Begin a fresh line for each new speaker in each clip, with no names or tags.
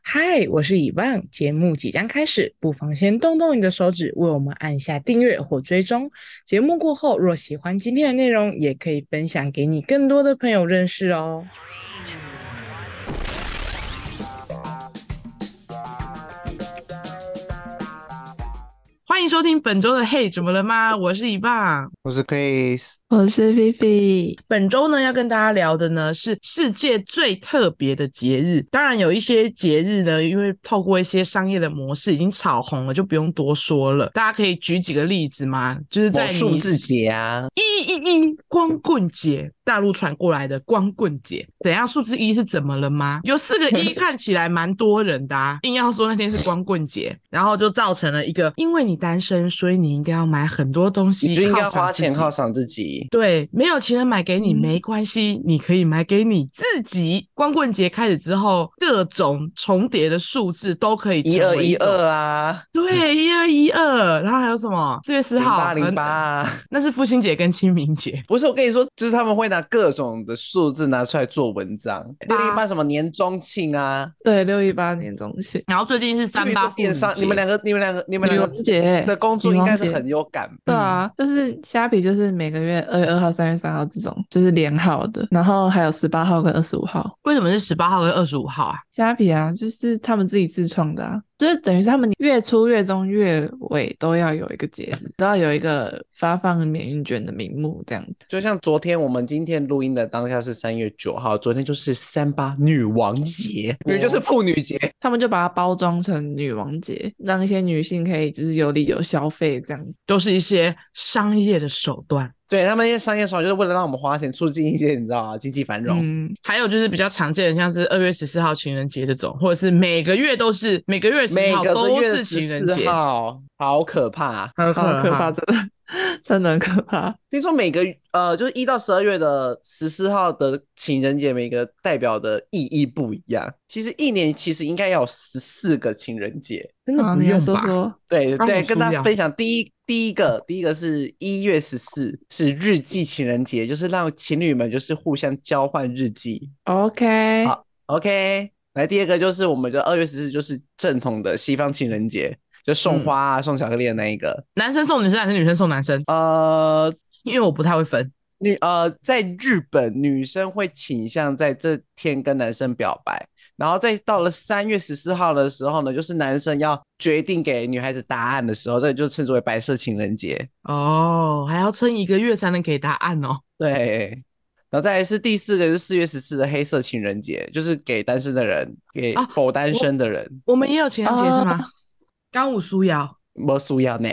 嗨，我是以望。节目即将开始，不妨先动动你的手指，为我们按下订阅或追踪。节目过后，若喜欢今天的内容，也可以分享给你更多的朋友认识哦。欢迎收听本周的《嘿，怎么了吗？》我是以棒。
我是 Chris，
我是 Vivi，
本周呢，要跟大家聊的呢是世界最特别的节日。当然，有一些节日呢，因为透过一些商业的模式已经炒红了，就不用多说了。大家可以举几个例子吗？就是在
某
你
数字节啊，
一一一光棍节，大陆传过来的光棍节，怎样？数字一是怎么了吗？有四个 一看起来蛮多人的、啊，硬要说那天是光棍节，然后就造成了一个，因为你单身，所以你应该要买很多东西，
你就应该
犒赏
花
自
钱
己
犒赏自己。
对，没有情人买给你
嗯
没关系，你可以买给你自己。光棍节开始之后，各种重叠的数字都可以
一
成
二
为
一
种
二，啊，
对，一二一二，然后还有什么？四月四
零
号，
八零
反
八
正
啊，
那是父亲节跟清明节。
不是我跟你说，就是他们会拿各种的数字拿出来做文章，六零八什么年终庆啊，
对，六一八年中旬，
然后最近是
就比
三
如
八
说
妇女
电商，你们
节
两个，你们两个，你们
女
两
王
个
节
的工作
女
应
王
该是
节
很有感，
对啊，就是虾皮就是每个月二月二号、三月三号这种，就是连号的，然后还有十八号跟二十五号
为什么是十八号跟二十五号啊？
虾皮啊，就是他们自己自创的啊，就是等于是他们月初、月中、月尾都要有一个节日，都要有一个发放免运券的名目这样子。
就像昨天我们今天录音的当下是三月九号，昨天就是三八女王节，因为就是妇女节，
他们就把它包装成女王节，让一些女性可以就是有理由消费这样子。
都是一些商业的手段。
对他们那些商业手法就是为了让我们花钱，促进一些你知道啊经济繁荣。
嗯，
还有就是比较常见的，像是二月十四号情人节这种，或者是每个月都是每个月十
每
号
个
都
月
是
十
情人
四
节，
号，好可怕！
很
好可怕，真的 真的很可怕。
听说每个呃，就是一到十二月的十四号的情人节，每个代表的意义不一样。其实一年其实应该要有十四个情人节。
真
好，你来说说，
对
当
对，
我输
跟大
掉
家分享第一第一个，第一个是一月十四是日记情人节，就是让情侣们就是互相交换日记。
OK，
好 OK，来第二个就是我们的二月十四就是正统的西方情人节，就送
嗯
花啊、送巧克力的那一个。
男生送女生还是女生送男生？
呃，
因为我不太会分。
女呃，在日本女生会倾向在这天跟男生表白，然后在到了三月十四号的时候呢，就是男生要决定给女孩子答案的时候，这就称之为白色情人节。
哦，还要撑一个月才能给答案哦。
对，然后再来是第四个，就是四月十四的黑色情人节，就是给单身的人，给
啊
否单
我
身的人，
我们也有情人节是吗
哦？
刚武舒 瑶，
我苏要呢。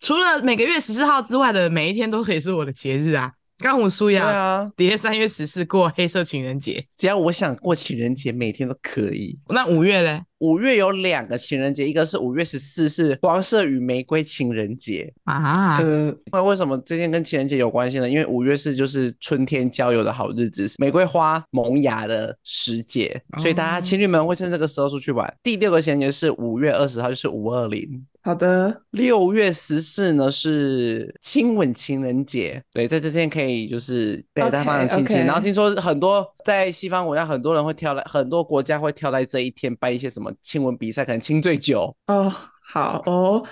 除了每个月十四号之外的每一天都可以是我的节日啊。刚武舒
对
瑶，
啊，
底下三月十四过黑色情人节，
只要我想过情人节，每天都可以。
那五月嘞？
五月有两个情人节，一个是五月十四是黄色与玫瑰情人节，
啊，
呃，
那为什么这天跟情人节有关系呢？因为五月是就是春天交友的好日子，是玫瑰花萌芽的时节，所以大家
哦
情侣们会趁这个时候出去玩。第六个情人节是五月二十号，就是五二零。
好的，
六月十四呢是亲吻情人节，对，在这天可以就是对
OK，
大方的亲亲。然后
OK
听说很多在西方国家，很多人会挑来，很多国家会挑在这一天办一些什么亲吻比赛，可能亲最久，
哦，好哦，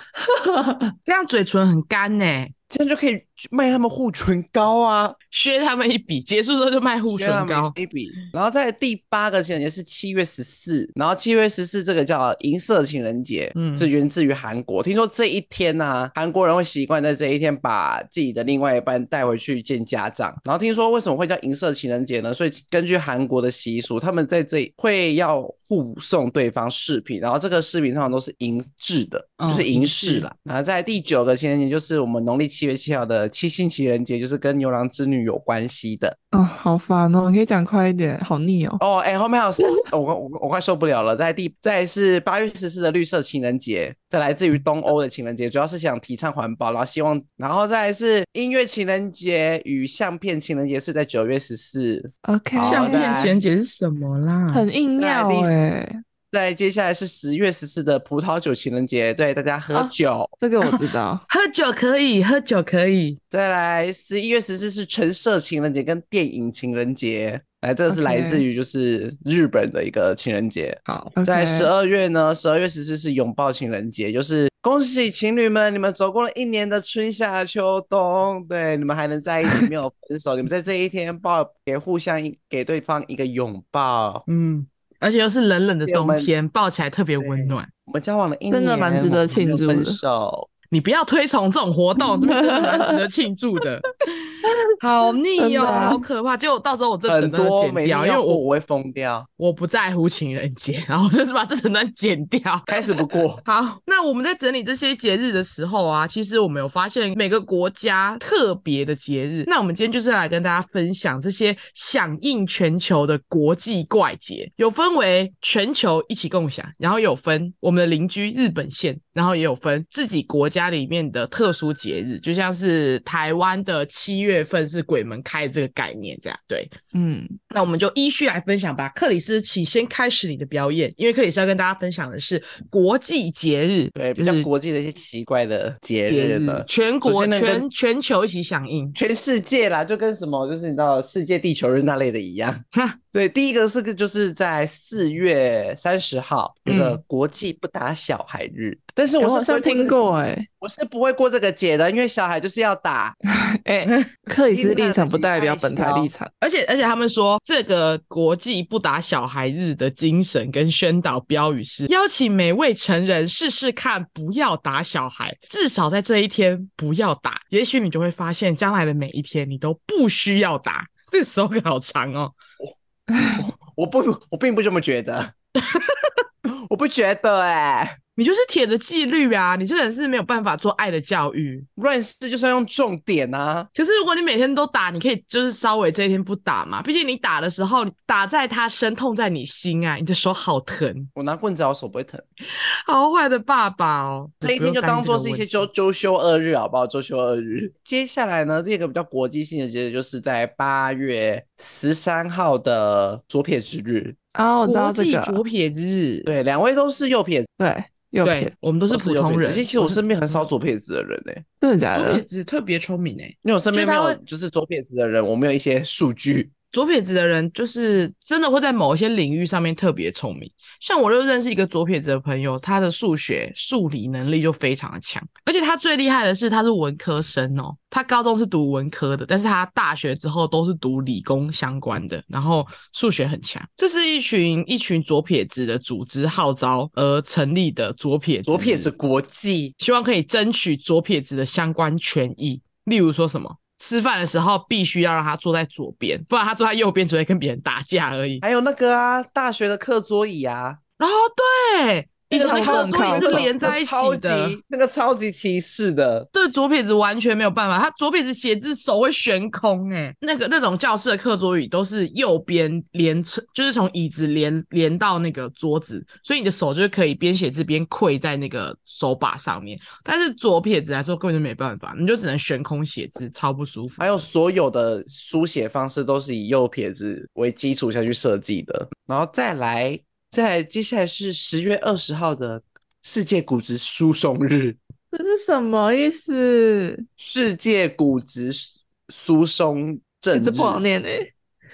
这样嘴唇很干呢、
这样就可以去卖他们护唇膏啊。
削他们一笔，结束之后就卖护唇膏。
，baby。然后在第八个情人节是七月十四，然后七月十四这个叫银色情人节，
嗯
嗯，是源自于韩国。听说这一天呢、啊韩国人会习惯在这一天把自己的另外一半带回去见家长。然后听说为什么会叫银色情人节呢？所以根据韩国的习俗，他们在这里会要互送对方饰品，然后这个饰品通常都是银制的，
嗯
就是银
银
饰
饰
啦。然后在第九个情人节就是我们农历七月七号的七星情人节，就是跟牛郎织女有关系的。
哦，好烦哦，你可以讲快一点，好腻哦。
哦，哎、后面还有四，我快我我快受不了了。在第再来是八月十四的绿色情人节，这来自于东欧的情人节，主要是想提倡环保，然后希望，然后再来是音乐情人节与相片情人节是在九月十四。
OK，
哦好
相
的
片情人节是什么啦？。
很硬
再来
要
第四
哎，
再接下来是十月十四的葡萄酒情人节，对大家喝
啊
酒。
这个我知道
喝酒可以，喝酒可以。
再来十一月十四是橙色情人节跟电影情人节，哎，这个是来自
OK
于就是日本的一个情人节。
好，
在
OK
十二月呢，十二月十四是拥抱情人节，就是恭喜情侣们，你们走过了一年的春夏秋冬，对，你们还能在一起，没有分手，你们在这一天抱给互相一给对方一个拥抱。
嗯，而且又是冷冷的
对我
冬
们
天，抱起来特别温
对
暖。
我们交往了一年，
真的蛮
我
值得
们没有
庆祝
分
的
手，
你不要推崇这种活动，这边真的蛮值得庆祝的。好
真
腻
的
哦，
啊
好可怕！结果到时候我这
很
整段
多
剪
每
掉，
天
因为
要过
我
我会疯掉，
我不在乎情人节，然后我就是把这整段剪掉。。
开始不过
好，那我们在整理这些节日的时候啊，其实我们有发现每个国家特别的节日。那我们今天就是来跟大家分享这些响应全球的国际怪节，有分为全球一起共享，然后有分我们的邻居日本线，然后也有分自己国家里面的特殊节日，就像是台湾的七月份是鬼门开这个概念，这样对。
嗯，
那我们就依序来分享吧。克里斯，请先开始你的表演，因为克里斯要跟大家分享的是国际节日，
对，比
就
较
是
国际的一些奇怪的节
节
日
日
呢，
全
首
国
先那个
全全球一起响应。
全世界啦，就跟什么就是你知道世界地球日那类的一样
哈。
对，第一个是个就是在四月三十号有个国际不打小孩日，但是
我
我
嗯哦好
是不
像
会
听
这个
过
节，
哎
我是不会过这个节的，因为小孩就是要打。
哎， 克里斯立场不代表本台
太小
立场，
而且而且他们说，这个国际不打小孩日的精神跟宣导标语是邀请每位成人试试看，不要打小孩，至少在这一天不要打，也许你就会发现，将来的每一天你都不需要打。这个 slogan 好长哦。
我不，我并不这么觉 得，我不觉得哎、
你就是铁的纪律啊！你这人是没有办法做爱的教育。
乱世就是要用重点啊。
可是如果你每天都打，你可以就是稍微这一天不打嘛。毕竟你打的时候，打在他身，痛在你心啊，你的手好疼，
我拿棍子，我手不会疼。
好坏的爸爸哦。
这一天就当做是一些周
就
周休二日，好不好？周休二日。接下来呢，这个比较国际性的节日，就是在八月十三号的左撇子日。
啊，我知道
国
这
际
个，
左撇子日，
对，两位都是右撇子，
对，右
对
撇，，
我们都是
都
普通人。
其实其实我
是
身边很少左撇子的人呢、
真的假
左撇
的？
子特别聪明欸诶，
因为我身边
就
没
他
有
会
就是左撇子的人，我没有一些数据。
左撇子的人就是真的会在某一些领域上面特别聪明。像我就认识一个左撇子的朋友，他的数学、数理能力就非常的强，而且他最厉害的是他是文科生哦，他高中是读文科的，但是他大学之后都是读理工相关的，然后数学很强。这是一群一群左撇子的组织号召而成立的左撇子
左撇
日
子国际，
希望可以争取左撇子的相关权益，例如说什么吃饭的时候必须要让他坐在左边，不然他坐在右边只会跟别人打架而已。
还有那个啊，大学的课桌椅啊，
然后对，以前
那
的
个
课
超
桌椅
椅
是
子
连在一起
超
的，
级那个超级歧视的。
对左撇子完全没有办法，他左撇子写字手会悬空、欸，那个那种教室的课桌椅都是右边连成，就是从椅子连连到那个桌子，所以你的手就是可以边写字边跪在那个手把上面。但是左撇子来说根本就没办法，你就只能悬空写字，超不舒服
还。有所有的书写方式都是以右撇子为基础下去设计的，然后再来，再来，接下来是十月二十号的世界骨质疏松日，
这是什么意思？
世界骨质疏疏松
欸
症
这不好
日
念哎，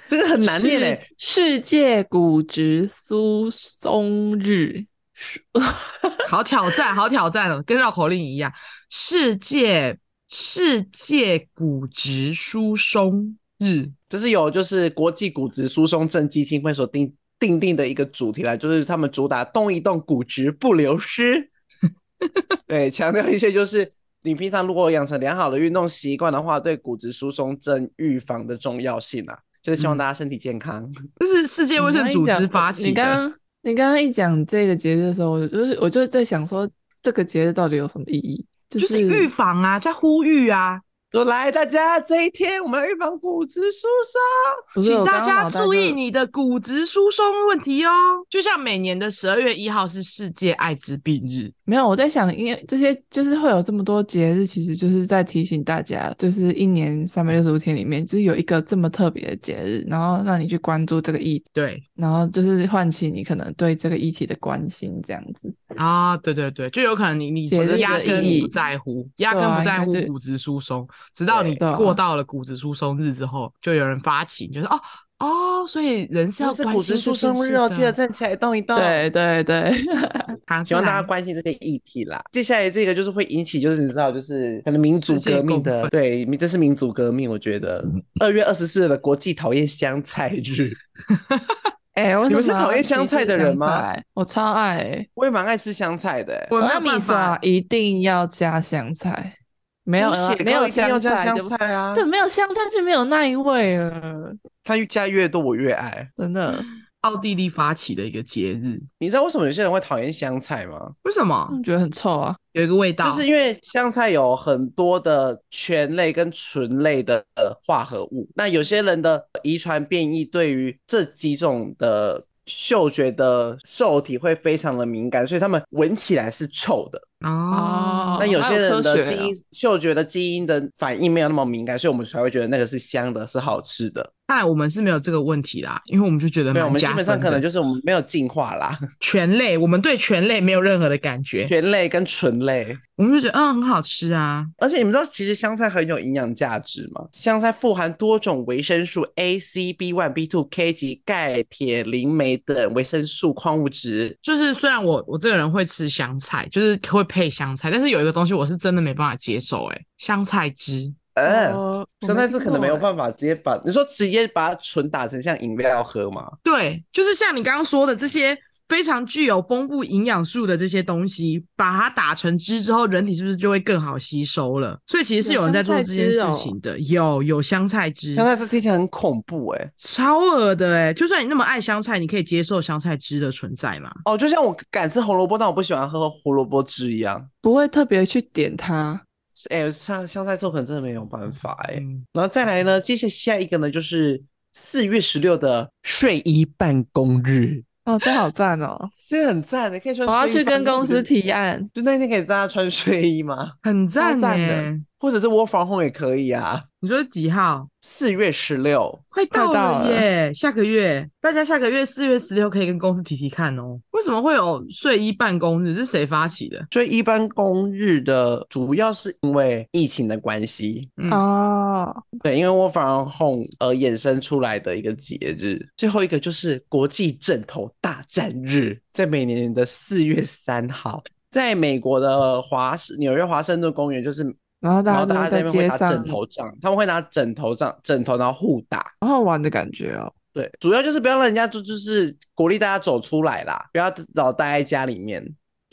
这个很 难念欸
世
诶、
世界骨质疏松日，
好挑战，好挑战哦，跟绕口令一样。世界世界骨质疏松日，
这是由就是国际骨质疏松症基金会所定定定的一个主题啦，就是他们主打动一动骨质不流失，对，强调一些就是你平常如果养成良好的运动习惯的话，对骨质疏松症预防的重要性啊，就是希望
嗯
大家身体健康。
这是世界卫生组织发
你
起
刚
的。
刚你刚刚一讲这个节日的时候，我就是我就在想说，这个节日到底有什么意义？就
就是预防啊，在呼吁啊，
说来大家这一天我们要预防骨质疏松，
不是
请
我
大
刚刚
家
脑袋
注
就
意你的骨质疏松问题哦。就像每年的十二月一号是世界艾滋病日，
没有，我在想，因为这些就是会有这么多节日，其实就是在提醒大家，就是一年三百六十五天里面，就是有一个这么特别的节日，然后让你去关注这个议题，
对
然后就是唤起你可能对这个议题的关心，这样子。
啊，对对对，就有可能你你
节
其实
日
压
的
根
意
你
义
不在乎，压根
对啊
不在
应该
乎
是
骨质疏松，直到你
对啊
过到了骨质疏松日之后，就有人发起，就是哦。哦，所以人是要
是
关
骨质
心
疏
这
松
件
日
事
哦，
的
记得站起来动一
哦
动。
对 对对，
好，
希
再
望大
来
家关心这些议题啦。接下来这个就是会引起，就是你知道，就是可能民族
世界
革命
共
的，
愤
对，这是民族革命。我觉得二月二十四的国际讨厌香菜日，
哎、为
你们
什么
是讨厌
要
香
歧视
菜的人
香
吗
菜？我超爱、欸，
我也蛮爱吃香菜的欸、
我
俄
没有
阿米
办
索
法，
一定要加香菜，没有
猪
鹅啊
血
没
糕
有
一定要加
菜
香
就不
菜啊，
对，没有香菜就没有那一味了，
它越加越多我越爱。
真的。
奥地利发起的一个节日，
你知道为什么有些人会讨厌香菜吗？
为什么
我觉得很臭啊，
有一个味道？
就是因为香菜有很多的醛类跟醇类的呃化合物，那有些人的遗传变异对于这几种的嗅觉的受体会非常的敏感，所以他们闻起来是臭的。
哦
哦
那有些人
还
的
有科
基
学啊
因、嗅觉的基因的反应没有那么敏感，所以我们才会觉得那个是香的，是好吃的。
看来我们是没有这个问题啦，因为我们就觉得
对，我
蛮
们基
加分
本上可能
的。
就是我们没有进化啦，
全类，我们对全类没有任何的感觉，
醛类跟醇类。
我们就觉得嗯很好吃啊。
而且你们知道，其实香菜很有营养价值吗？香菜富含多种维生素 A、C、B one、B two、K 及钙、铁、磷、镁等维生素矿物质。
就是虽然我我这个人会吃香菜，就是会配香菜，但是有一个东西我是真的没办法接受、欸，香菜汁。
嗯、
哦我
香菜
没
汁
听
可能没有
过欸
办法直接把，你说直接把它纯打成像饮料喝吗？
对，就是像你刚刚说的这些非常具有丰富营养素的这些东西，把它打成汁之后，人体是不是就会更好吸收了？所以其实是
有
有人在
香
做
菜
这件
汁
事
哦
情的，有有香菜汁，
香菜汁听起来很恐怖哎、
超恶的哎、就算你那么爱香菜，你可以接受香菜汁的存在吗？
哦，就像我敢吃红萝卜，但我不喜欢喝胡萝卜汁一样。
不会特别去点它。
哎、香香菜汁我可能真的没有办法哎、
嗯，
然后再来呢，接下下一个呢就是四月十六的睡衣办公日。
哦，这好赞 哦！
这很赞的，可以穿。
我要去跟公司，提案。
就那天给大家穿睡衣吗？
很赞
赞
哎、
的
或者是 work from home 也可以啊。
你说几号？
四月十六，
快到
到
了
了
耶！下个月，大家下个月四月十六可以跟公司提提看哦。为什么会有睡衣办公日？是谁发起的？
所以一般工日的主要是因为疫情的关系，
嗯，
哦，
对，因为 work from home 而衍生出来的一个节日。最后一个就是国际枕头大战日，在每年的四月三号，在美国的华盛纽约华盛顿公园，就是
然后
然
大
后大家
家就
在那边
在
会
街
打
上，
枕头仗，他们会拿枕头仗枕头然后互打。
好好玩的感觉哦。
对，主要就是不要让人家就就是鼓励大家走出来啦，不要老待在家里面。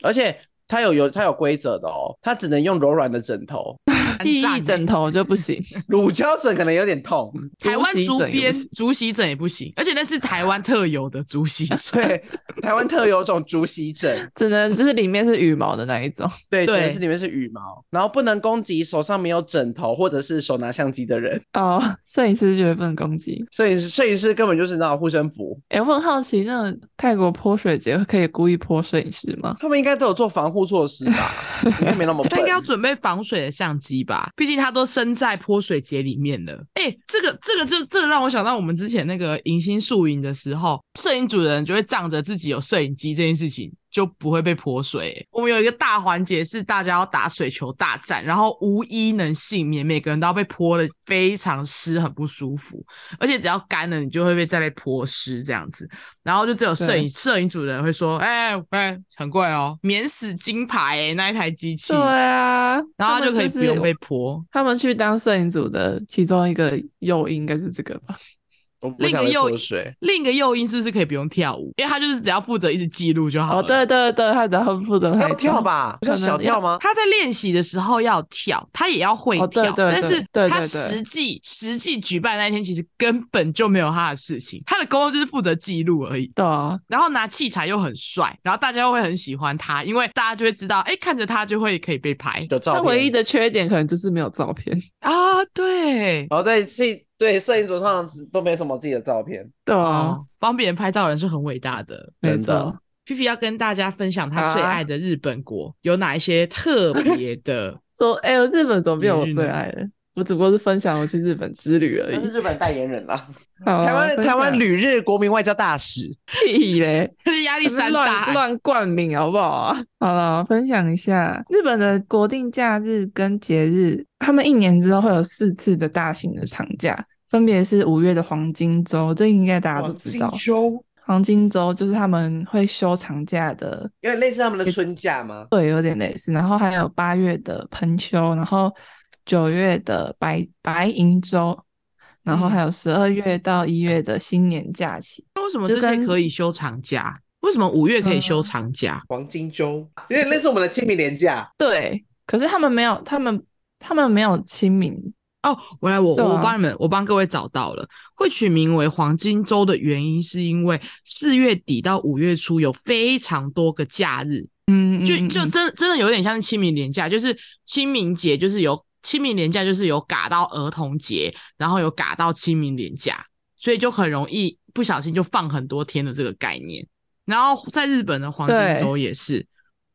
而且它有有它有规则的哦，它只能用柔软的枕头，
记
赞欸
忆枕头就不行，
乳胶枕可能有点痛。
台湾竹
竹席枕也
编
不行
竹席枕也不行，而且那是台湾特有的竹席枕。
对，台湾特有种竹席枕，
只能就是里面是羽毛的那一种。
对，
对
只能是里面是羽毛，然后不能攻击手上没有枕头或者是手拿相机的人。
哦，摄影师觉得不能攻击。
摄影师摄影师根本就是那种护身符，
哎，我很好奇，那泰国泼水节可以故意泼摄影师吗？
他们应该都有做防护措施吧？应该没那么
他应
笨
该。要准备防水的相机吧，毕竟他都身在泼水节里面了。哎、这个这个就这个让我想到我们之前那个迎新宿营的时候，摄影组的人就会仗着自己有摄影机这件事情。就不会被泼水、我们有一个大环节是大家要打水球大战，然后无一能幸免，每个人都要被泼的非常湿，很不舒服。而且只要干了，你就会被再被泼湿这样子。然后就只有摄
对
影摄影组的人会说：“哎、哎、很贵哦，免死金牌、欸、那一台机器。”
对啊，
然后
他
他就
们
可以不用
是
被泼。
他们去当摄影组的其中一个诱因，应该就是这个吧？
我不
那
想
个
被
又
泼水，
另一个诱因是不是可以不用跳舞？因为他就是只要负责一直记录就好了。
哦，对对对，他只要负责拍
要
照
跳？吧？
可
要
能
小跳吗？
他在练习的时候要跳，他也要会跳，
哦对对对
但
对
是他
对对
实际实际举办那一天其实根本就没有他的事情，他的工作就是负责记录而已。
对啊，
然后拿器材又很帅，然后大家又会很喜欢他，因为大家就会知道，哎，看着他就会可以被拍
有照
他
片。
唯一的缺点可能就是没有照片，
啊，对，
哦，对，是，对，摄影组通常都没什么自己的照片。
对啊，
哦，帮别人拍照的人是很伟大的。
没
真的
错，
皮皮要跟大家分享他
好
最
啊
爱的日本国有哪一些 特别的
说哎，我日本怎么变我
节日
最
呢
爱了？我只不过是分享我去日本之旅而
他是
已。
日本代言人啦，
好啊
台湾
分
台湾
享
旅日国民外交大使。
屁嘞，
可是压力
不是
山大欸、
乱乱冠名好不好啊？好了，分享一下日本的国定假日跟节日，他们一年之后会有四次的大型的长假，分别是五月的黄金周，这应该大家都知道。
秋
黄金周就是他们会休长假的，
有点类似他们的春假吗？
对，有点类似。然后还有八月的盆休，然后九月的白白银周，然后还有十二月到一月的新年假期。
那为什么
就
这些
跟
可以休长假？为什么五月可以休
嗯
长假？
黄金周有点类似我们的清明年假，
对，可是他们没有，他们他们没有清明，
哦，我来我、
对啊
我帮你们，我帮各位找到了。会取名为黄金周的原因，是因为四月底到五月初有非常多个假日，
嗯，
就
嗯
就
嗯
真真的有点像是清明连假，就是清明节就是有清明连假就是有嘎到儿童节，然后有嘎到清明连假，所以就很容易不小心就放很多天的这个概念。然后在日本的黄金
对
周也是，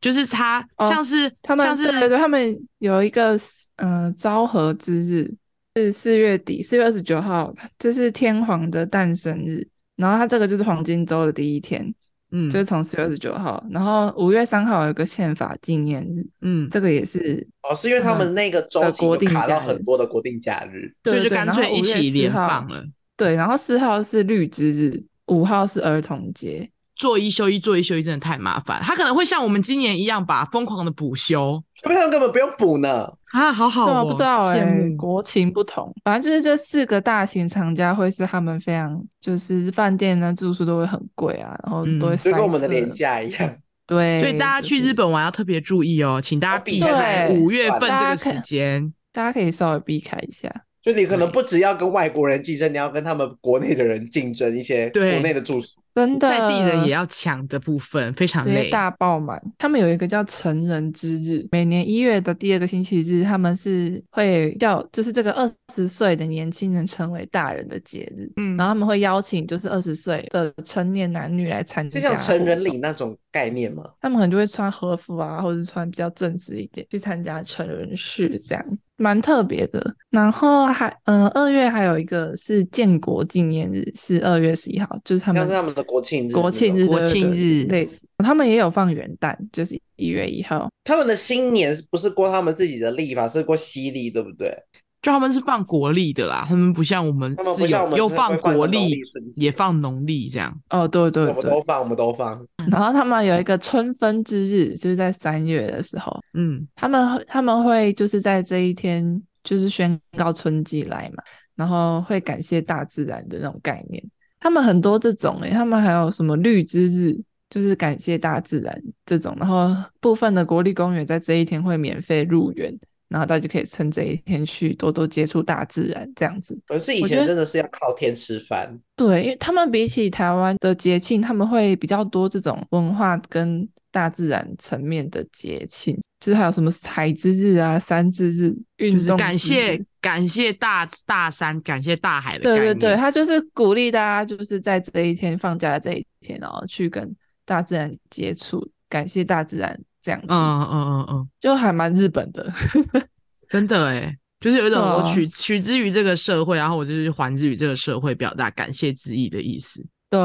就是它
哦
像是、
他们
像是
对对对，他们有一个嗯、呃昭和之日是四月底，四月二十九号，这是天皇的诞生日。然后它这个就是黄金周的第一天，
嗯
就是从四月二十九号，然后五月三号有一个宪法纪念日，
嗯，
这个也是
哦，是因为他们那个周
嗯的
期有
国定
卡到
假日
很多的国定假日，
所以就
对对
干脆一起连放。
然后5月4号
了，
对，然后四号是绿之日，五号是儿童节，
做一休一，做一休一真的太麻烦。他可能会像我们今年一样吧，疯狂的补休
说不定他们根本不用补呢。
啊，好好
对
哦，
啊，不知道哎、
羡慕
国情不同，反正就是这四个大型厂家会是他们非常，就是饭店呢住宿都会很贵啊，然后
嗯
都会
就跟我
塞
们的
车
廉价一样，
对，
所以大家去
就是
日，本玩要特别注意哦，请大家
要避
避开
开
五月份这
大
个
家看
时间。
大家可以稍微避开一下。
就你可能不只要跟外国人竞争，你要跟他们国内的人竞争一些国
对
内的住宿。
真的，
在地人也要抢的部分非常
直接
累，
大爆满。他们有一个叫成人之日，每年一月的第二个星期日，他们是会叫，就是这个二十岁的年轻人成为大人的节日，
嗯
然后他们会邀请就是二十岁的成年男女来参
就
加，
像成人礼那种概念嘛，
他们可能就会穿和服啊，或者是穿比较正式一点去参加成人式，这样蛮特别的。然后还，嗯、二月还有一个是建国纪念日，是二月十一号，就是他
像
们
是他们的国庆日那种。
国庆日、
国
对对
庆
对
日
类似，他们也有放元旦，就是一月一号。
他们的新年不是过他们自己的历法，是过西历，对不对？
就他们是放国历的啦，他们不像我们
他们
是
不像我
有
们
又
是
放
会放
国
个农
历
历春节
也放农历这样，
哦，对对
我们都
对。
放，我们都放。
然后他们有一个春分之日，就是在三月的时候，
嗯，
他们会他们会就是在这一天就是宣告春季来嘛，然后会感谢大自然的那种概念。他们很多这种欸诶、他们还有什么绿之日，就是感谢大自然这种。然后部分的国立公园在这一天会免费入园，然后大家就可以趁这一天去多多接触大自然这样子。
可是以
我觉
前
得
真的是要靠天吃饭，
对，因为他们比起台湾的节庆，他们会比较多这种文化跟大自然层面的节庆，就是还有什么海之日啊、山之日、运
就是
动
感
之
谢
日
感谢大大山，感谢大海的概
对对
念。
对，他就是鼓励大家，就是在这一天放假的这一天，然后去跟大自然接触，感谢大自然这样子，
嗯嗯嗯嗯，
就还蛮日本的。
真的诶、就是有一种
对啊
我取取之于这个社会，然后我就是还之于这个社会，表达感谢之意的意思。
对，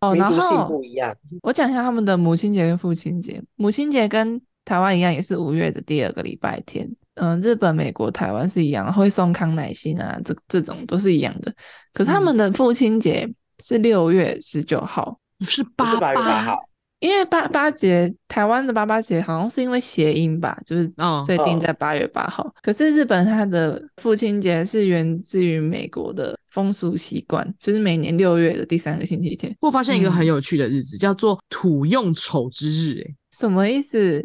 哦，
民
然
族性
后
不一样。
我讲一下他们的母亲节跟父亲节。母亲节跟台湾一样，也是五月的第二个礼拜天。嗯，日本、美国、台湾是一样，会送康乃馨啊，这这种都是一样的。可是他们
嗯
的父亲节是六月十九号，
是
不
八
是八月八号，
因为八八节台湾的八八节好像是因为谐音吧，就是
嗯
所以定在八月八号。
哦
可是日本它的父亲节是源自于美国的风俗习惯，就是每年六月的第三个星期天。
我发现一个很
嗯
有趣的日子，叫做土用丑之日、欸。
什么意思？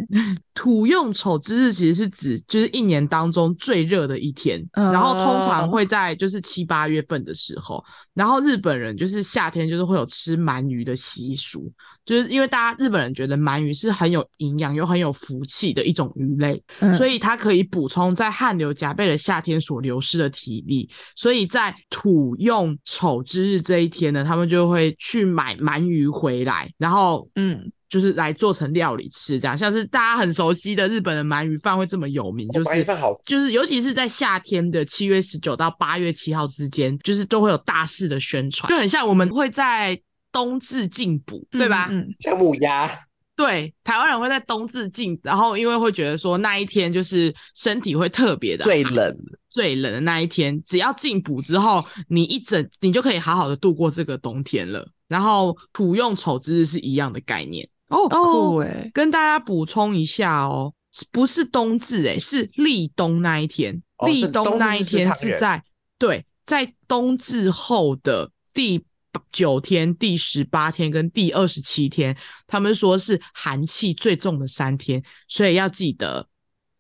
土用丑之日其实是指就是一年当中最热的一天，
哦
然后通常会在就是七八月份的时候，然后日本人就是夏天就是会有吃鳗鱼的习俗，就是因为大家日本人觉得鳗鱼是很有营养又很有福气的一种鱼类，
嗯
所以它可以补充在汗流浃背的夏天所流失的体力，所以在土用丑之日这一天呢，他们就会去买鳗鱼回来，然后
嗯。
就是来做成料理吃，这样像是大家很熟悉的日本的鳗鱼饭会这么有名，就
八月
是
份好
就是尤其是在夏天的七月十九到八月七号之间，就是都会有大肆的宣传，就很像我们会在冬至进补，对吧？
嗯，嗯
像母 鸭，
对，台湾人会在冬至进，然后因为会觉得说那一天就是身体会特别的
最冷，
最冷的那一天，只要进补之后，你一整你就可以好好的度过这个冬天了。然后土用丑之日是一样的概念哦
酷
哦，
诶、
跟大家补充一下哦，是不是冬至诶、是立冬那一天，
哦
立
是冬
冬
至
那一
是吃
天
汤
是
圆
在对，在冬至后的第九天、第十八天跟第二十七天，他们说是寒气最重的三天，所以要记得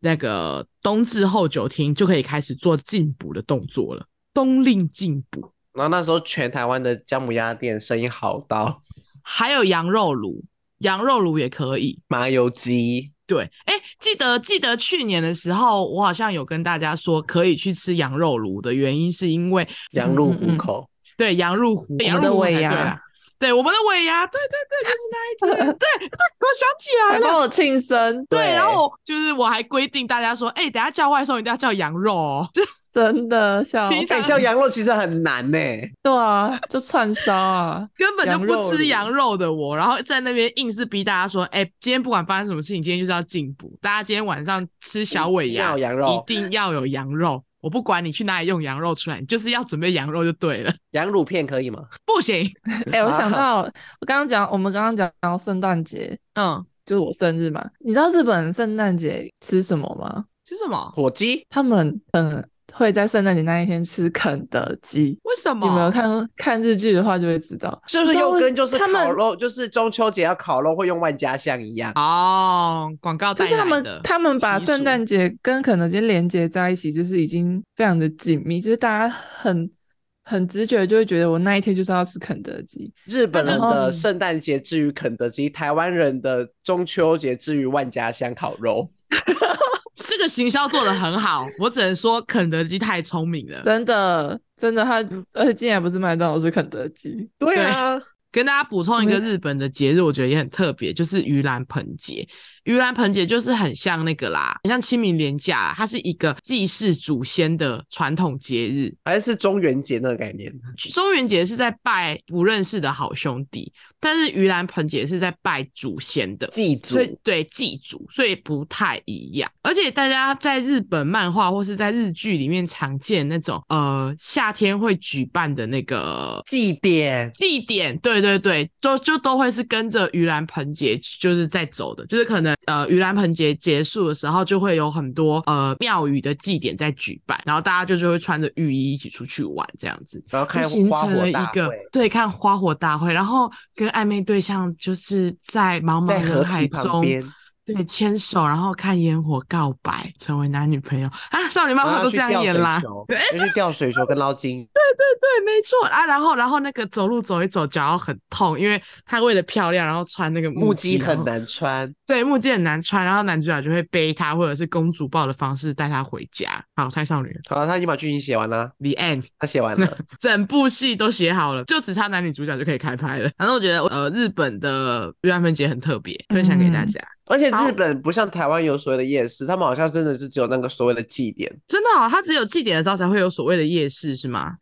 那个冬至后九天就可以开始做进补的动作了，冬令进补，
然后那时候全台湾的姜母鸭店生意好 到
还有羊肉炉，羊肉炉也可以。
麻油鸡，
对，哎，记得记得去年的时候，我好像有跟大家说可以去吃羊肉炉的原因，是因为
羊入
嗯
虎
嗯
口。
对羊入虎，
我
羊
们的
入虎才
尾
对
牙
啦，对我们的尾牙，对对对，就是那一天， 对对，我想起来
还
了，
帮我庆生，
对，然
对
后我就是我还规定大家说，哎，等一下叫外送一定要叫羊肉哦，就
真的笑，
平常
哎、叫羊肉其实很难呢、
对啊，就串烧啊，
根本就
羊
不
肉
吃
炉
羊肉的我，然后在那边硬是逼大家说，哎，今天不管发生什么事情，今天就是要进补，大家今天晚上吃小尾牙
要羊
一
肉，
定要有羊肉。我不管你去哪里用羊肉出来，你就是要准备羊肉就对了。
羊乳片可以吗？
不行，
哎、我想到我刚刚讲，我们刚刚讲到圣诞节，
嗯，
就是我生日嘛，你知道日本圣诞节吃什么吗？
是什么？
火鸡
他们嗯会在圣诞节那一天吃肯德基。
为什么？
你没有看看日剧的话就会知道，
是不是
知道
又
为
跟就是
他们
烤肉，就是中秋节要烤肉会用万家香一样？
哦，广告带
就是他
来
们
的。
他们把
习俗
圣诞节跟肯德基连接在一起，就是已经非常的紧密，就是大家很很直觉就会觉得我那一天就是要吃肯德基，
日本人
嗯
那
的
就
圣诞节至于肯德基，台湾人的中秋节至于万家香烤肉。
这个行销做的很好，我只能说肯德基太聪明了。
真的真的他，而且竟然不是麦当劳是肯德基，
对啊，
跟大家补充一个
嗯
日本的节日，我觉得也很特别，就是盂兰盆节。盂兰盆节就是很像那个啦，很像清明连假啦，它是一个祭祀祖先的传统节日。
还是中元节那个概念。
中元节是在拜不认识的好兄弟，但是盂兰盆节是在拜祖先的。
祭祖
所以对祭祖，所以不太一样。而且大家在日本漫画或是在日剧里面常见那种呃夏天会举办的那个
祭典，
祭典，对对对，都就都会是跟着盂兰盆节就是在走的，就是可能呃盂兰盆节结束的时候，就会有很多呃庙宇的祭典在举办，然后大家就是会穿着浴衣一起出去玩这样子。
然后开
就形
花
成了
火
一
大
个
会，
对看花火大会，然后跟暧昧对象就是在茫茫
在
人
河
海
堤旁
中，
边，
对，牵手，然后看烟火告白，成为男女朋友啊！少女漫
然
画都
后
这
要去
样
钓
演
水
啦，
球，要去钓水球跟捞金。
对，没错啊。然后，然后那个走路走一走，脚要很痛，因为她为了漂亮，然后穿那个
木
屐
屐很
然后
难穿，
对，木屐很难穿，然后男主角就会背她，或者是公主抱的方式带她回家。好，太少女了
好了，他已经把剧情写完了，
，The End。
他写 完了。
整部戏都写好了，就只差男女主角就可以开拍了。反正我觉得，呃，日本的盂兰盆节很特别，分享
嗯
给大家。
而且
好
日本不像台湾有所谓的夜市，他们好像真的是只有那个所谓的祭典。
真的、哦，它只有祭典的时候才会有所谓的夜市，是吗？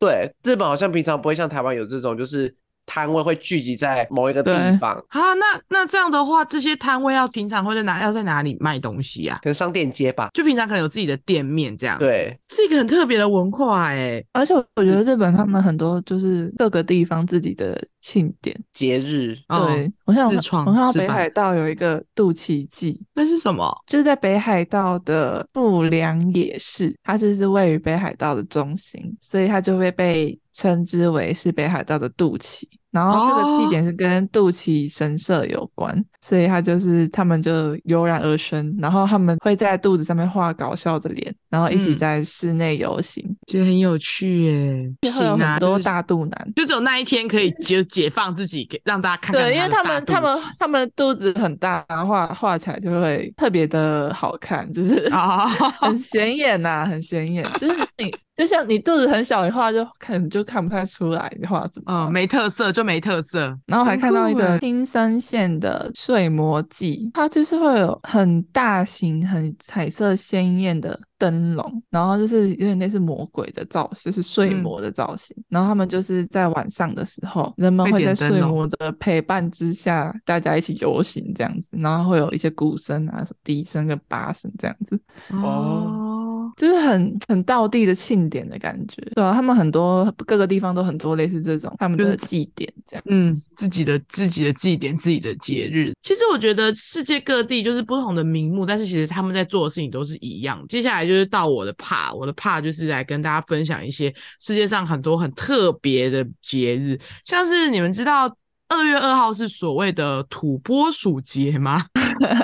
对，日本好像平常不会像台湾有这种，就是摊位会聚集在某一个地
对
方，
啊，那那这样的话，这些摊位要平常会在哪要在哪里卖东西啊？
可能商店街吧。
就平常可能有自己的店面这样子，
对，
是一个很特别的文化哎、
而且我觉得日本他们很多就是各个地方自己的庆典，
节日
哦
对我像我
自
看
创
我看到
自
北
办
海道有一个肚脐祭，
那是什么？
就是在北海道的不良野市，它就是位于北海道的中心，所以它就会被称之为是北海道的肚脐。然后这个
哦
祭典是跟肚脐神社有关，所以它就是他们就油然而生，然后他们会在肚子上面画搞笑的脸，然后一起
嗯
在室内游行，
觉得很有趣耶、
就会有
行啊，
很多
就是
大肚腩。
就只有那一天可以就解放自己，给让大家看看
对，因为
的
他
大
们
肚
他们
脐
他们肚子很大，然后画画起来就会特别的好看，就是
哦，
很显眼呐、很显眼。就是你，就像你肚子很小的话，就可能就看不太出来你画什么。
嗯，没特色就没特色，
然后还
很
看到一
酷
个
欸
青森县的睡魔祭，它就是会有很大型、很彩色鲜艳的灯笼，然后就是有点类似魔鬼的造型，就是睡
嗯
魔的造型。然后他们就是在晚上的时候，人们
会
会在
点灯
睡
笼
魔的陪伴之下，大家一起游行这样子，然后会有一些鼓声啊、笛声跟八声这样子。
哦
就是很很道地的庆典的感觉。对啊，他们很多各个地方都很多类似这种他们
就
的
是
祭典这样。
嗯，自己的自己的祭典、自己的节日。其实我觉得世界各地就是不同的名目，但是其实他们在做的事情都是一样。接下来就是到我的怕，我的怕就是来跟大家分享一些世界上很多很特别的节日，像是你们知道二月二号是所谓的土拨鼠节吗？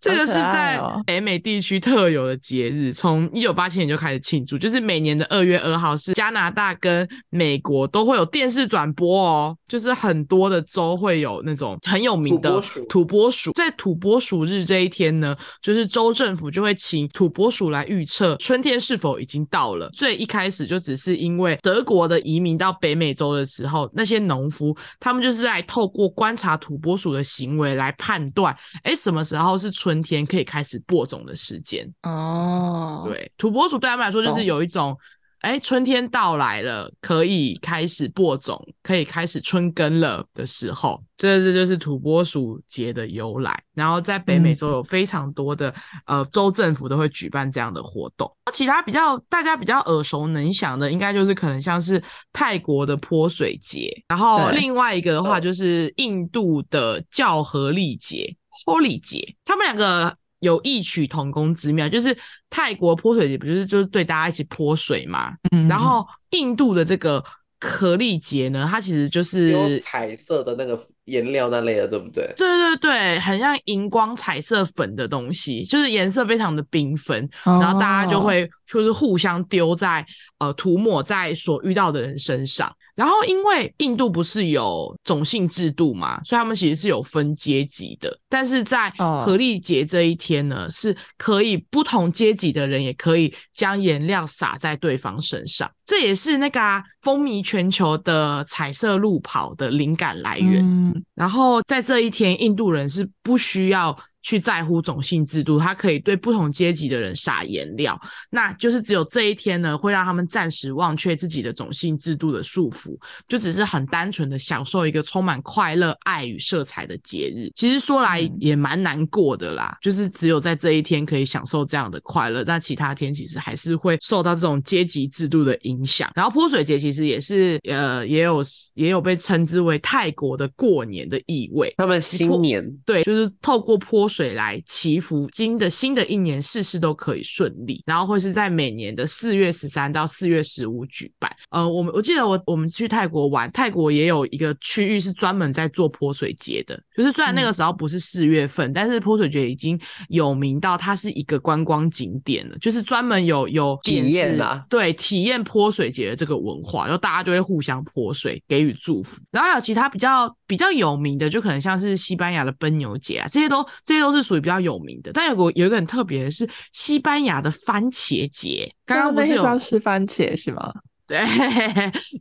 这个是
好可爱
在
哦
北美地区特有的节日，从一九八七年就开始庆祝，就是每年的二月二号是加拿大跟美国都会有电视转播哦，就是很多的州会有那种很有名
土
的
拨鼠
土拨鼠。在土拨鼠日这一天呢，就是州政府就会请土拨鼠来预测春天是否已经到了。最一开始就只是因为德国的移民到北美洲的时候，那些农夫他们就是来透过观察土拨鼠的行为来判断，哎，什么时候是春天可以开始播种的时间？
哦，
对，土拨鼠对他们来说就是
懂
有一种，哎，春天到来了，可以开始播种，可以开始春耕了的时候。这这就是土拨鼠节的由来。然后在北美
嗯
洲有非常多的、呃州政府都会举办这样的活动。其他比较大家比较耳熟能详的，应该就是可能像是泰国的泼水节，然后
对
另外一个的话就是印度的教和历节 （Holi 节），他们两个有异曲同工之妙，就是泰国泼水节不就是就是对大家一起泼水嘛，
嗯
然后印度的这个可丽节呢，它其实就是
有彩色的那个颜料那类的，对不对？
对对对，很像荧光彩色粉的东西，就是颜色非常的缤纷，然后大家就
哦
会就是互相丢在呃涂抹在所遇到的人身上。然后因为印度不是有种姓制度嘛，所以他们其实是有分阶级的。但是在
哦
合力节这一天呢，是可以不同阶级的人也可以将颜料洒在对方身上，这也是那个啊、风靡全球的彩色路跑的灵感来源。
嗯
然后在这一天，印度人是不需要去在乎种姓制度，他可以对不同阶级的人撒颜料。那就是只有这一天呢，会让他们暂时忘却自己的种姓制度的束缚，就只是很单纯的享受一个充满快乐、爱与色彩的节日。其实说来
嗯
也蛮难过的啦，就是只有在这一天可以享受这样的快乐，那其他天其实还是会受到这种阶级制度的影响。然后泼水节其实也是呃，也有也有被称之为泰国的过年的意味。
他们新年
对，就是透过泼水来祈福，今的新的一年事事都可以顺利，然后会是在每年的四月十三到四月十五举办。呃，我们我记得我我们去泰国玩，泰国也有一个区域是专门在做泼水节的，就是虽然
嗯
那个时候不是四月份，但是泼水节已经有名到它是一个观光景点了，就是专门有有
体
店是
验啦
对，体验泼水节的这个文化，然后大家就会互相泼水，给予祝福。然后还有其他比较比较有名的，就可能像是西班牙的奔牛节啊，这些都这些都是属于比较有名的。但有个有一个很特别的是西班牙的番茄节，刚刚不
那
是
个
有
要吃番茄是吗？
对，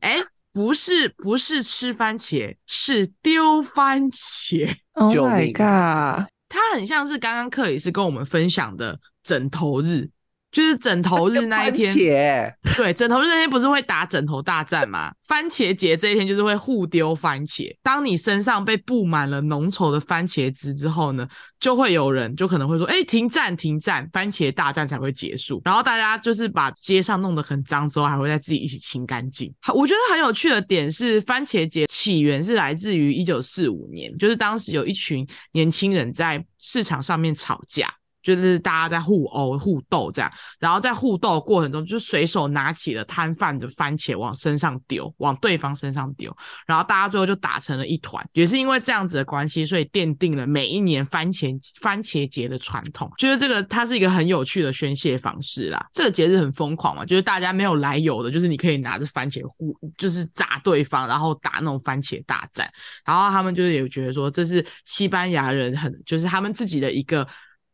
哎，不是不是吃番茄，是丢番茄。
Oh
救
my
命
god！
它很像是刚刚克里斯跟我们分享的枕头日，就是枕头日那一 天。
天，
对，枕头日那天不是会打枕头大战吗？番茄节这一天就是会互丢番茄。当你身上被布满了浓稠的番茄汁之后呢，就会有人就可能会说：“哎、停战，停战，番茄大战才会结束。”然后大家就是把街上弄得很脏之后，还会再自己一起清干净。好我觉得很有趣的点是，番茄节起源是来自于一九四五年，就是当时有一群年轻人在市场上面吵架。就是大家在互殴互斗这样，然后在互斗的过程中，就随手拿起了摊贩的番茄往身上丢，往对方身上丢，然后大家最后就打成了一团。也是因为这样子的关系，所以奠定了每一年番茄番茄节的传统。觉得这个它是一个很有趣的宣泄方式啦。这个节日很疯狂嘛，就是大家没有来由的，就是你可以拿着番茄互，就是砸对方，然后打那种番茄大战。然后他们就是也觉得说，这是西班牙人很，就是他们自己的一个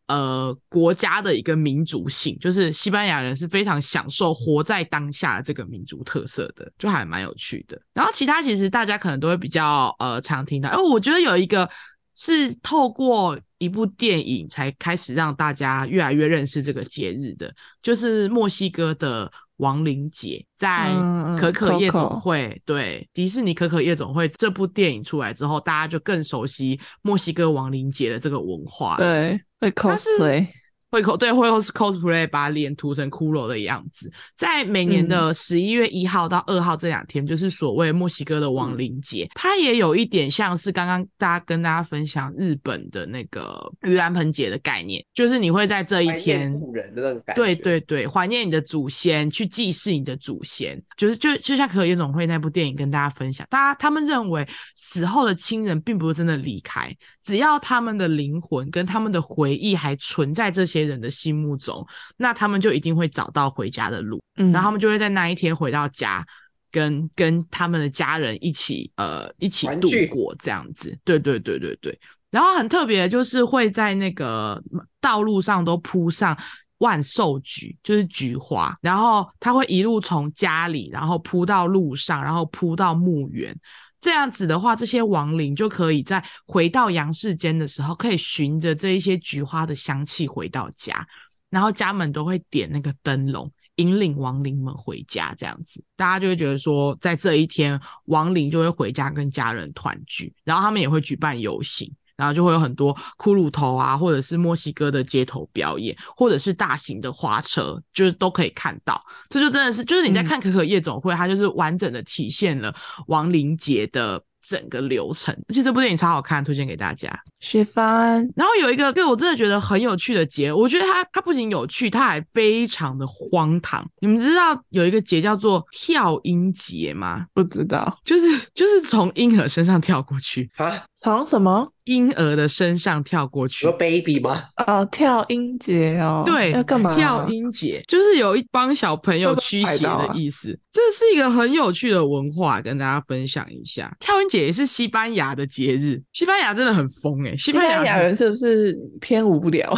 呃国家的一个民族性，就是西班牙人是非常享受活在当下的这个民族特色的，就还蛮有趣的。然后其他其实大家可能都会比较呃常听到，因为我觉得有一个是透过一部电影才开始让大家越来越认识这个节日的，就是墨西哥的亡灵节，在
嗯嗯
可可夜总
，Coco
会，对迪士尼《可可夜总会》这部电影出来之后，大家就更熟悉墨西哥亡灵节的这个文化了。
对，会
它是
cosplay，
会 cos 对会 cos- cosplay 把脸涂成骷髅的样子。在每年的十一月一号到二号这两天，就是所谓墨西哥的亡灵节，它也有一点像是刚刚大家跟大家分享日本的那个盂兰盆节的概念，就是你会在这一
怀念
天
故人的那种感觉，
对对对，怀念你的祖先，去祭祀你的祖先，就是就就像《可可夜总会》那部电影跟大家分享，大家他们认为死后的亲人并不是真的离开，只要他们的灵魂跟他们的回忆还存在这些人的心目中，那他们就一定会找到回家的路，
嗯，
然后他们就会在那一天回到家。跟跟他们的家人一起，呃，一起
团
度
聚
过这样子，对对对对对。然后很特别，的就是会在那个道路上都铺上万寿菊，就是菊花，然后它会一路从家里，然后铺到路上，然后铺到墓园。这样子的话，这些亡灵就可以在回到阳世间的时候，可以循着这一些菊花的香气回到家，然后家门都会点那个灯笼，引领亡灵们回家。这样子，大家就会觉得说，在这一天，亡灵就会回家跟家人团聚，然后他们也会举办游行，然后就会有很多骷髅头啊，或者是墨西哥的街头表演，或者是大型的花车，就是都可以看到。这就真的是，就是你在看可可夜总会，它就是完整的体现了亡灵节的整个流程。而且这部电影超好看，推荐给大家。
雪帆，
然后有一个对我真的觉得很有趣的节，我觉得它它不仅有趣，它还非常的荒唐。你们知道有一个节叫做跳音节吗？
不知道
就是就是从婴儿身上跳过去，
啊，
从什么
婴儿的身上跳过去
说。baby 吗？
哦跳音节哦，
对，
要干嘛、啊
跳音节就是有一帮小朋友
会不会
驱
踩
邪
到
的
啊
意思，这是一个很有趣的文化，跟大家分享一下。跳音节也是西班牙的节日，西班牙真的很疯诶、西
西
班牙
班牙人是不是偏无聊？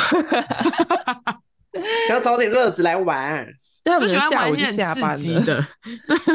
要找点乐子来玩，
对，啊
就
我们
喜欢
下
玩
午
一
就
些
下
很
班
刺激
了，
的。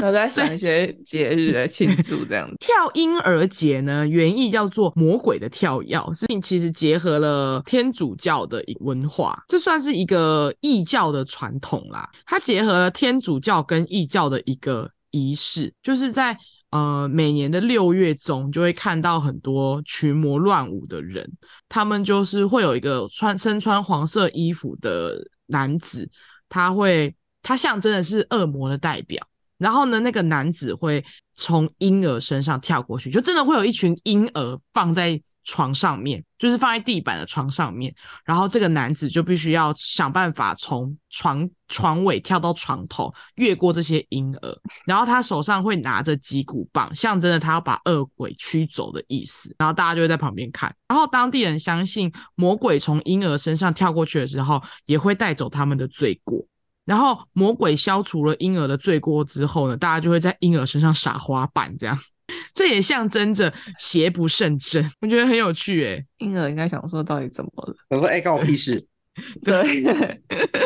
然后再想一些节日来庆祝这样子。
跳婴儿节呢，原意叫做魔鬼的跳跃，啊是其实结合了天主教的一文化，这算是一个异教的传统啦。它结合了天主教跟异教的一个仪式，就是在呃每年的六月中，就会看到很多群魔乱舞的人，他们就是会有一个穿身穿黄色衣服的男子，他会他象征的是恶魔的代表。然后呢，那个男子会从婴儿身上跳过去，就真的会有一群婴儿放在床上面，就是放在地板的床上面，然后这个男子就必须要想办法从床床尾跳到床头，越过这些婴儿，然后他手上会拿着击鼓棒，象征着他要把恶鬼驱走的意思。然后大家就会在旁边看。然后当地人相信魔鬼从婴儿身上跳过去的时候，也会带走他们的罪过。然后魔鬼消除了婴儿的罪过之后呢，大家就会在婴儿身上撒花瓣，这样，这也象征着邪不胜正， 我觉得很有趣欸诶、
婴儿应该想说到底怎么 了？
我说哎，关我 屁事，
对，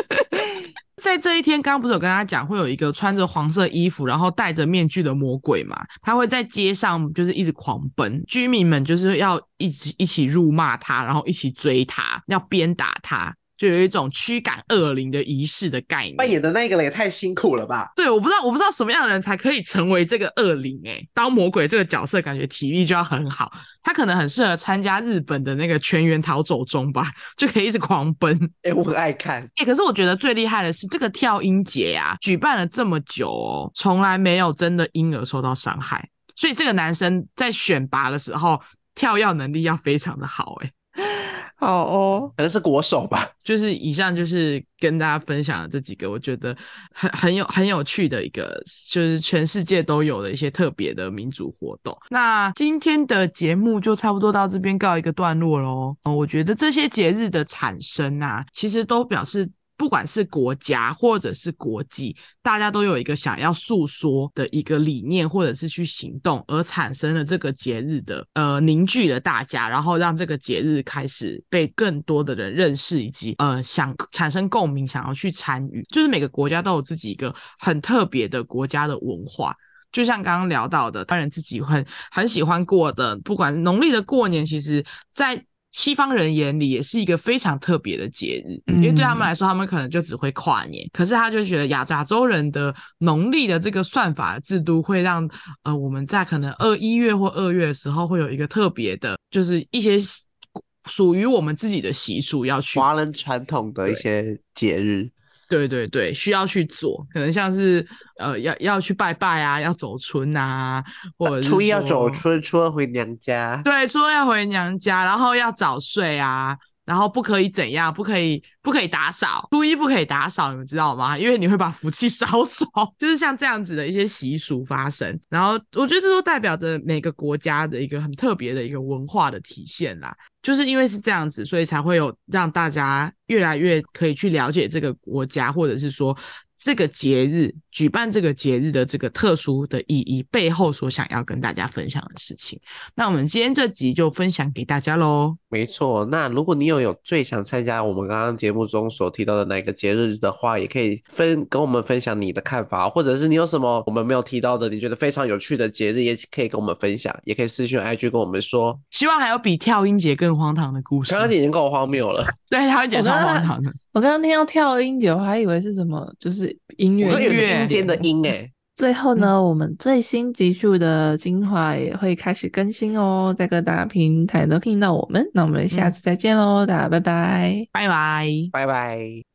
在这一天，刚刚不是有跟他讲，会有一个穿着黄色衣服，然后戴着面具的魔鬼嘛？他会在街上就是一直狂奔，居民们就是要一起一起辱骂他，然后一起追他，要鞭打他，就有一种驱赶恶灵的仪式的概
扮
念。
演的那个人也太辛苦了吧？
对，我不知道，我不知道什么样的人才可以成为这个恶灵诶、当魔鬼这个角色，感觉体力就要很好，他可能很适合参加日本的那个全员逃走中吧，就可以一直狂奔。
哎，我很爱看，
欸，可是我觉得最厉害的是这个跳音节呀、举办了这么久哦，从来没有真的婴儿受到伤害，所以这个男生在选拔的时候跳跃能力要非常的好欸诶、
好哦，
可能是国手吧。
就是以上就是跟大家分享的这几个，我觉得很很有很有趣的一个，就是全世界都有的一些特别的民主活动。那今天的节目就差不多到这边告一个段落喽。嗯，我觉得这些节日的产生啊，其实都表示。不管是国家或者是国际，大家都有一个想要诉说的一个理念，或者是去行动，而产生了这个节日的呃凝聚了大家，然后让这个节日开始被更多的人认识，以及呃想产生共鸣，想要去参与。就是每个国家都有自己一个很特别的国家的文化。就像刚刚聊到的，当然自己很很喜欢过的，不管农历的过年，其实在西方人眼里也是一个非常特别的节日，因为对他们来说，他们可能就只会跨年，可是他就觉得亚亚洲人的农历的这个算法制度会让呃我们在可能二一月或二月的时候会有一个特别的，就是一些属于我们自己的习俗要去
华人传统的一些节日。
对对对，需要去做，可能像是呃，要要去拜拜啊，要走村啊，或者是
初一要
说
走春，初二回娘家。
对，初二要回娘家，然后要早睡啊，然后不可以怎样，不可以不可以打扫，初一不可以打扫，你们知道吗？因为你会把福气 烧走，就是像这样子的一些习俗发生。然后我觉得这都代表着每个国家的一个很特别的一个文化的体现啦。就是因为是这样子，所以才会有让大家越来越可以去了解这个国家，或者是说这个节日举办这个节日的这个特殊的意义背后所想要跟大家分享的事情。那我们今天这集就分享给大家喽。
没错，那如果你有有最想参加我们刚刚节目中所提到的哪个节日的话，也可以分跟我们分享你的看法，或者是你有什么我们没有提到的，你觉得非常有趣的节日，也可以跟我们分享，也可以私讯 IG 跟我们说。
希望还有比跳音节更荒唐的故事
刚。刚已经够荒谬了，
对，还有点
我
超
刚
荒
刚
唐的。
我刚刚听到跳音节，我还以为是什么，就是音乐
我刚刚以为是
乐
阴间的嗯阴欸诶、
最后呢，我们最新集数的精华也会开始更新哦，在各大平
嗯
台都听到我们。那我们下次再见喽，大家拜拜。
拜拜。
拜拜。